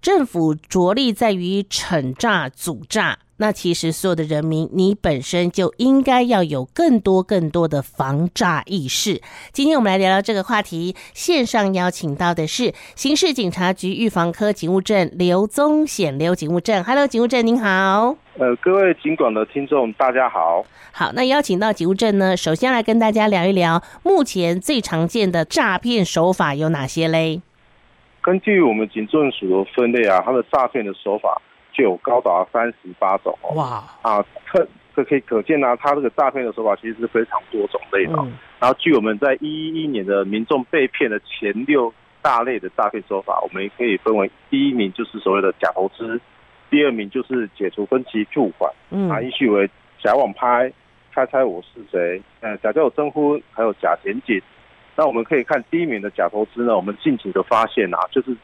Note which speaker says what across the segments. Speaker 1: 政府着力在于惩诈、阻诈，那其实所有的人民，你本身就应该要有更多更多的防诈意识。今天我们来聊聊这个话题，线上邀请到的是刑事警察局预防科警务证刘宗显刘警务证，Hello，警务证您好。
Speaker 2: 呃，各位警广的听众，大家好。
Speaker 1: 好，那邀请到警务证呢，首先来跟大家聊一聊目前最常见的诈骗手法有哪些嘞？
Speaker 2: 根据我们警政署的分类啊，它的诈骗的手法就有高达三十八种哦。
Speaker 1: 哇，
Speaker 2: 啊，可可可以可见呢、啊，它这个诈骗的手法其实是非常多种类的哦、
Speaker 1: 嗯
Speaker 2: 然后据我们在一一年的民众被骗的前六大类的诈骗手法，我们可以分为第一名就是所谓的假投资，第二名就是解除分期付款。啊，
Speaker 1: 嗯
Speaker 2: 依序为假网拍、猜猜我是谁、呃假叫我征婚，还有假前景。那我们可以看第一名的假投资呢，我们近期的发现啊，就是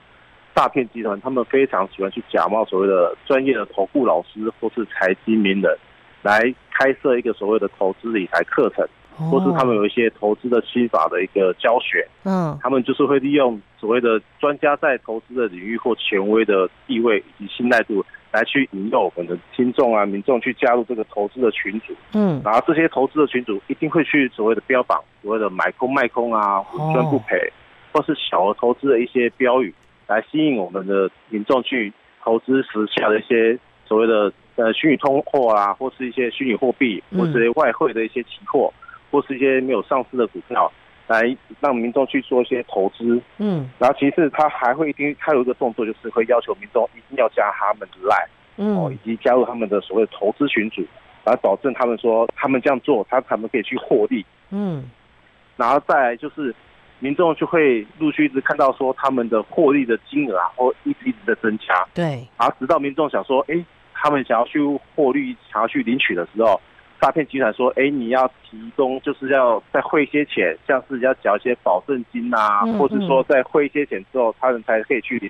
Speaker 2: 诈骗集团他们非常喜欢去假冒所谓的专业的投顾老师或是财经名人，来开设一个所谓的投资理财课程，或是他们有一些投资的心法的一个教学。
Speaker 1: 嗯
Speaker 2: 他们就是会利用所谓的专家在投资的领域或权威的地位以及信赖度，来去引诱我们的听众啊、民众去加入这个投资的群组，
Speaker 1: 嗯
Speaker 2: 然后这些投资的群组一定会去所谓的标榜所谓的买空卖空啊、稳赚不赔，或是小额投资的一些标语，来吸引我们的民众去投资时下的一些所谓的呃虚拟通货啊，或是一些虚拟货币，
Speaker 1: 嗯
Speaker 2: 或是一些外汇的一些期货，或是一些没有上市的股票。来让民众去做一些投资，
Speaker 1: 嗯
Speaker 2: 然后其次，他还会一定，他有一个动作，就是会要求民众一定要加他们的 line 哦，以
Speaker 1: 嗯
Speaker 2: 及加入他们的所谓的投资群组，然后保证他们说他们这样做，他他们可以去获利。
Speaker 1: 嗯
Speaker 2: 然后再来就是，民众就会陆续一直看到说他们的获利的金额啊，或一直一直的增加，
Speaker 1: 对，
Speaker 2: 然后直到民众想说，哎，他们想要去获利，想要去领取的时候，诈骗集团说，哎，你要提供就是要再汇一些钱，像是要缴一些保证金啊，
Speaker 1: 嗯
Speaker 2: 或者说再汇一些钱之后，他们才可以去领。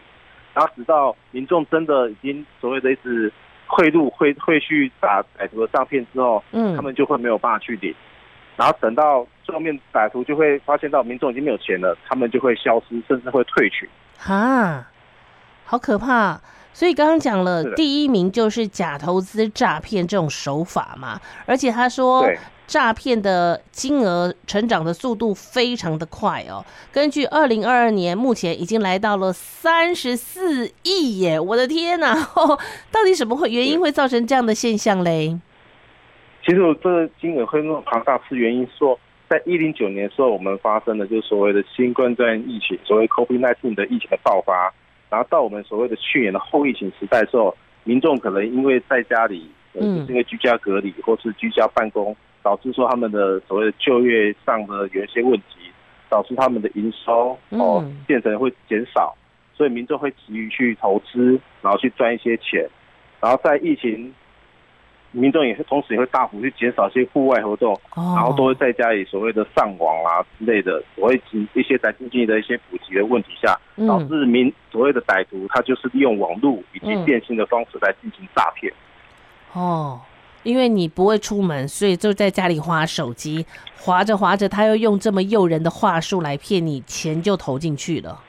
Speaker 2: 然后直到民众真的已经所谓的一直贿赂、会会去打歹徒的诈骗之后，
Speaker 1: 嗯
Speaker 2: 他们就会没有办法去领。然后等到最后面歹徒就会发现到民众已经没有钱了，他们就会消失，甚至会退群。
Speaker 1: 哈，好可怕！所以刚刚讲了
Speaker 2: 是，的
Speaker 1: 第一名就是假投资诈骗这种手法嘛，而且他说
Speaker 2: 对
Speaker 1: 诈骗的金额成长的速度非常的快哦。根据二零二二年，目前已经来到了三十四亿耶！我的天呐，到底什么会原因会造成这样的现象嘞？
Speaker 2: 其实我这个金额会那么庞大，是原因说，在一零九年的时候，我们发生的就是所谓的新冠状疫情，所谓 COVID-19 的疫情的爆发，然后到我们所谓的去年的后疫情时代之后，民众可能因为在家里，呃，
Speaker 1: 嗯
Speaker 2: 就是因为居家隔离或是居家办公，导致说他们的所谓的就业上的有一些问题，导致他们的营收哦
Speaker 1: 嗯
Speaker 2: 变成会减少，所以民众会急于去投资，然后去赚一些钱，然后在疫情。民众也是，同时也会大幅去减少一些户外活动，
Speaker 1: 哦，
Speaker 2: 然后都会在家里所谓的上网啊之类的，所谓一些宅经济的一些普及的问题下，导
Speaker 1: 嗯
Speaker 2: 致民所谓的歹徒他就是利用网络以及
Speaker 1: 嗯
Speaker 2: 电信的方式来进行诈骗。
Speaker 1: 哦，因为你不会出门，所以就在家里划手机，划着划着，他又用这么诱人的话术来骗你，钱就投进去了。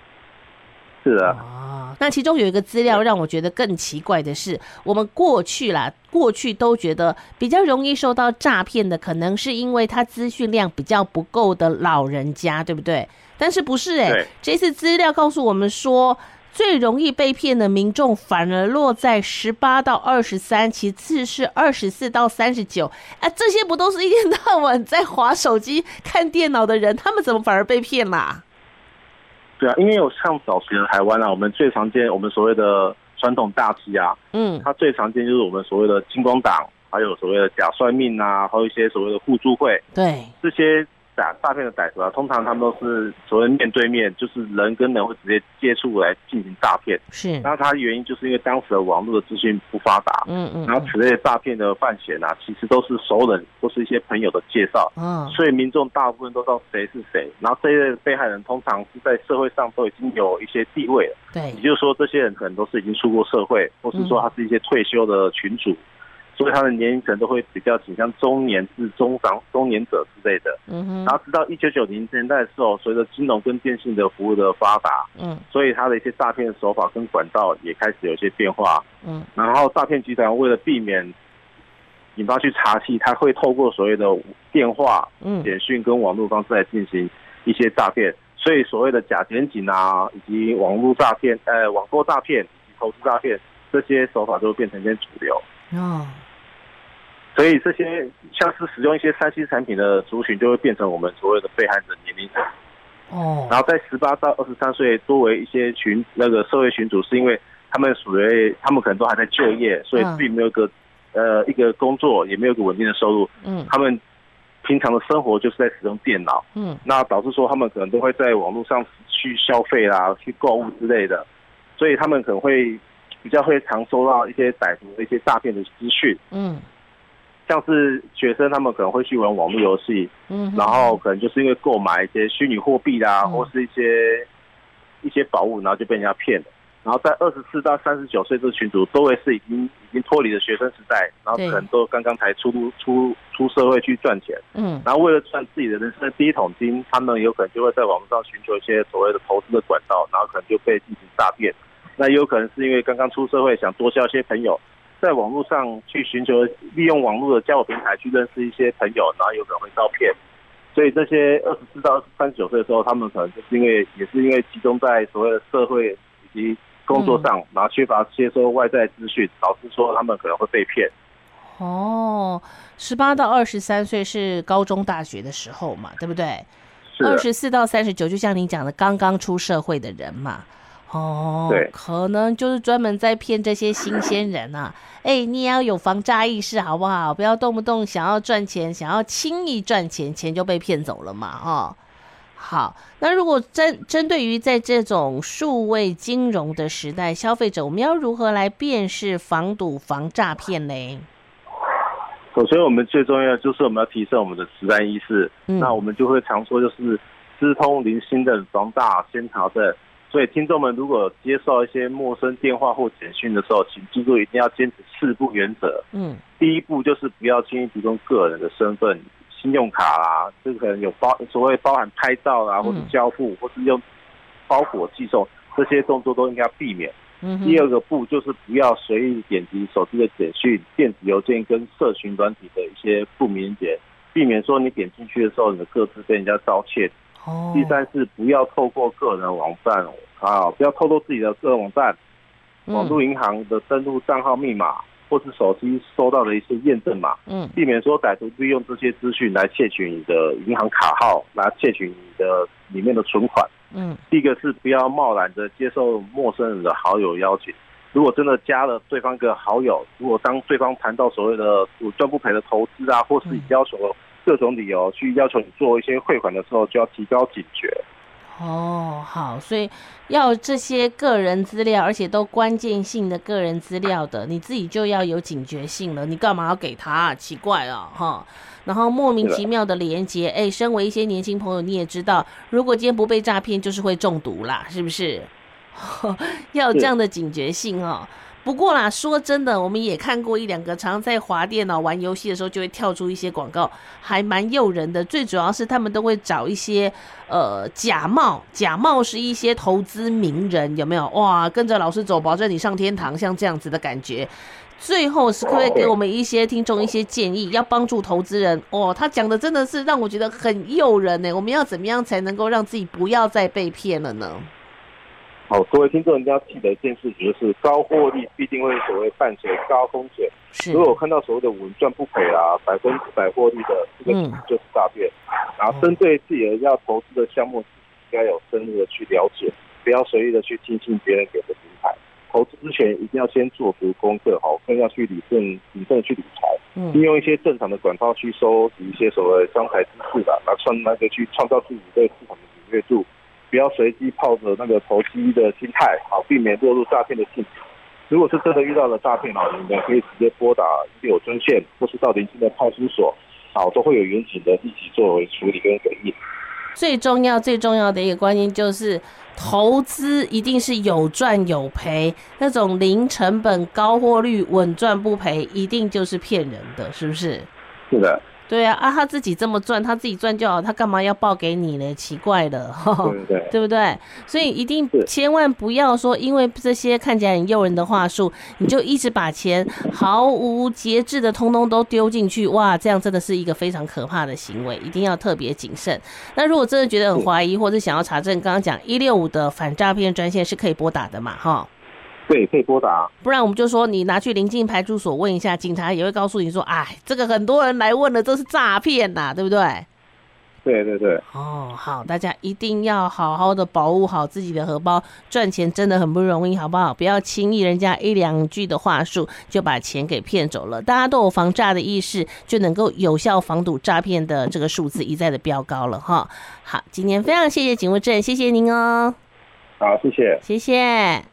Speaker 2: 是的，
Speaker 1: 啊，那其中有一个资料让我觉得更奇怪的是，我们过去啦，过去都觉得比较容易受到诈骗的，可能是因为他资讯量比较不够的老人家，对不对？但是不是、欸？
Speaker 2: 对
Speaker 1: 这次资料告诉我们说，最容易被骗的民众反而落在十八到二十三，其次是二十四到三十九。啊，这些不都是一天到晚在划手机、看电脑的人，他们怎么反而被骗啦？
Speaker 2: 对啊，因为我像早期的台湾啊，我们最常见我们所谓的传统大戏啊，
Speaker 1: 嗯
Speaker 2: 它最常见就是我们所谓的金光党，还有所谓的假算命啊，还有一些所谓的互助会，
Speaker 1: 对，
Speaker 2: 这些打诈骗的歹徒啊，通常他们都是所谓面对面，就是人跟人会直接接触来进行诈骗。
Speaker 1: 是，
Speaker 2: 那它的原因就是因为当时的网络的资讯不发达，
Speaker 1: 嗯嗯，
Speaker 2: 然后
Speaker 1: 嗯
Speaker 2: 此类诈骗的犯嫌啊，其实都是熟人或是一些朋友的介绍，
Speaker 1: 嗯
Speaker 2: 所以民众大部分都知道谁是谁。然后这些被害人通常是在社会上都已经有一些地位了，
Speaker 1: 对
Speaker 2: 也，就是说这些人可能都是已经出过社会，或是说他是一些退休的群主。所以他的年龄层都会比较倾向中年至中长中年者之类的。
Speaker 1: 嗯哼，
Speaker 2: 然后直到一九九零年代的时候，随着金融跟电信的服务的发达，
Speaker 1: 嗯
Speaker 2: 所以他的一些诈骗的手法跟管道也开始有一些变化。
Speaker 1: 嗯
Speaker 2: 然后诈骗集团为了避免引发去查缉，他会透过所谓的电话、
Speaker 1: 嗯，
Speaker 2: 简讯跟网络方式来进行一些诈骗。所以所谓的假检警啊，以及网络诈骗、呃网购诈骗以及投资诈骗这些手法都变成一些主流。
Speaker 1: 哦，
Speaker 2: 所以这些像是使用一些三 C 产品的族群，就会变成我们所谓的被害者年龄层。
Speaker 1: 哦，
Speaker 2: 然后在十八到二十三岁多为一些群那个社会群组，是因为他们属于他们可能都还在就业，所以
Speaker 1: 嗯
Speaker 2: 并没有一个呃一个工作，也没有一个稳定的收入。
Speaker 1: 嗯
Speaker 2: 他们平常的生活就是在使用电脑，
Speaker 1: 嗯
Speaker 2: 那导致说他们可能都会在网络上去消费啦、去购物之类的，所以他们可能会比较会常收到一些歹徒的一些诈骗的资讯，
Speaker 1: 嗯
Speaker 2: 像是学生他们可能会去玩网络游戏，
Speaker 1: 嗯，
Speaker 2: 然后可能就是因为购买一些虚拟货币啦，
Speaker 1: 嗯
Speaker 2: 或是一些一些宝物，然后就被人家骗了。然后在二十四到三十九岁这群组，都会是已经已经脱离了学生时代，然后
Speaker 1: 对
Speaker 2: 可能都刚刚才出出出社会去赚钱，
Speaker 1: 嗯
Speaker 2: 然后为了赚自己的人生的第一桶金，他们有可能就会在网络上寻求一些所谓的投资的管道，然后可能就被进行诈骗。那也有可能是因为刚刚出社会，想多交一些朋友，在网络上去寻求利用网络的交友平台去认识一些朋友，然后有可能会遭骗。所以这些二十四到三十九岁的时候，他们可能就是因为也是因为集中在所谓的社会以及工作上，然后缺乏接收外在资讯，导致说他们可能会被骗。
Speaker 1: 哦，十八到二十三岁是高中大学的时候嘛，对不对？
Speaker 2: 是的
Speaker 1: 二十四到三十九，就像您讲的，刚刚出社会的人嘛。哦，
Speaker 2: 对
Speaker 1: 可能就是专门在骗这些新鲜人 啊！哎，你也要有防诈意识，好不好？不要动不动想要赚钱，想要轻易赚钱，钱就被骗走了嘛！哦，好，那如果针针对于在这种数位金融的时代，消费者我们要如何来辨识防赌防诈骗嘞？
Speaker 2: 首先，我们最重要的就是我们要提升我们的治安意识。
Speaker 1: 嗯
Speaker 2: 那我们就会常说，就是资通零星的防诈先查证。所以，听众们如果接受一些陌生电话或简讯的时候，请记住一定要坚持四不原则。
Speaker 1: 嗯
Speaker 2: 第一步就是不要轻易提供个人的身份、信用卡啦，这可能有包所谓包含拍照啦，或是交付，或是用包裹寄送这些动作都应该避免。
Speaker 1: 嗯
Speaker 2: 第
Speaker 1: 哼
Speaker 2: 二个步就是不要随意点击手机的简讯、电子邮件跟社群软体的一些不明解，避免说你点进去的时候你的个资被人家盗窃。
Speaker 1: 哦，嗯
Speaker 2: 第三是不要透过个人网站啊，不要透露自己的个人网站、网络银行的登录账号密码或是手机收到的一些验证码，
Speaker 1: 嗯
Speaker 2: 避免说歹徒利用这些资讯来窃取你的银行卡号，来窃取你的里面的存款。
Speaker 1: 嗯
Speaker 2: 第一个是不要贸然的接受陌生人的好友邀请。如果真的加了对方个好友，如果当对方谈到所谓的赌赚不赔的投资啊，或是
Speaker 1: 嗯
Speaker 2: 要求各种理由去要求你做一些汇款的时候，就要提高警觉。
Speaker 1: 哦，好，所以要这些个人资料，而且都关键性的个人资料的，你自己就要有警觉性了。你干嘛要给他啊、奇怪啊，哈。然后莫名
Speaker 2: 是的
Speaker 1: 其妙的连接，哎，身为一些年轻朋友，你也知道，如果今天不被诈骗，就是会中毒啦，是不是？要有这
Speaker 2: 是
Speaker 1: 样的警觉性哦。不过啦，说真的，我们也看过一两个，常在滑电脑玩游戏的时候，就会跳出一些广告，还蛮诱人的。最主要是他们都会找一些呃假冒，假冒是一些投资名人，有没有？哇，跟着老师走，保证你上天堂，像这样子的感觉。最后是可不可以给我们一些听众一些建议，要帮助投资人哦？他讲的真的是让我觉得很诱人呢。我们要怎么样才能够让自己不要再被骗了呢？
Speaker 2: 好，各位听众一定要记得一件事情，就是高获利必定会所谓伴随高风险。
Speaker 1: 是
Speaker 2: 如果我看到所谓的稳赚不赔啦、百分之百获利的，这个
Speaker 1: 嗯
Speaker 2: 就是诈骗。然后针对自己的要投资的项目，应该有深入的去了解，不要随意的去听信别人给的平台。投资之前一定要先做足功课，好，更要去理论、理论地去理财，
Speaker 1: 嗯
Speaker 2: 利用一些正常的管道去收集一些所谓的商财知识吧，来创那个去创造自己对市场的敏锐度，不要随机抱着那个投机的心态，好，避免落入诈骗的陷阱。如果是真的遇到了诈骗啊，你们可以直接拨打六专线，或是到邻近的派出所，啊，都会有远景的一起作为处理跟回应。
Speaker 1: 最重要、最重要的一个关键就是，投资一定是有赚有赔，那种零成本、高获率、稳赚不赔，一定就是骗人的，是不是？
Speaker 2: 是的，
Speaker 1: 对啊，啊，他自己这么赚，他自己赚就好，他干嘛要报给你呢？奇怪了， 哈哈
Speaker 2: 对对
Speaker 1: 对不对？所以一定
Speaker 2: 是
Speaker 1: 千万不要说，因为这些看起来很诱人的话术，你就一直把钱毫无节制的通通都丢进去，哇，这样真的是一个非常可怕的行为，一定要特别谨慎。那如果真的觉得很怀疑，或者想要查证，刚刚讲一六五的反诈骗专线是可以拨打的嘛，哈。
Speaker 2: 对，可以拨打。
Speaker 1: 不然我们就说你拿去临近派出所问一下，警察也会告诉你说，哎，这个很多人来问了，这是诈骗呐，对不对？
Speaker 2: 对对对，
Speaker 1: 哦，好，大家一定要好好的保护好自己的荷包，赚钱真的很不容易，好不好？不要轻易人家一两句的话术就把钱给骗走了。大家都有防诈的意识，就能够有效防堵诈骗的这个数字一再的飙高了哈。好，今天非常谢谢警务证，谢谢您哦，
Speaker 2: 好，谢谢。
Speaker 1: 谢谢。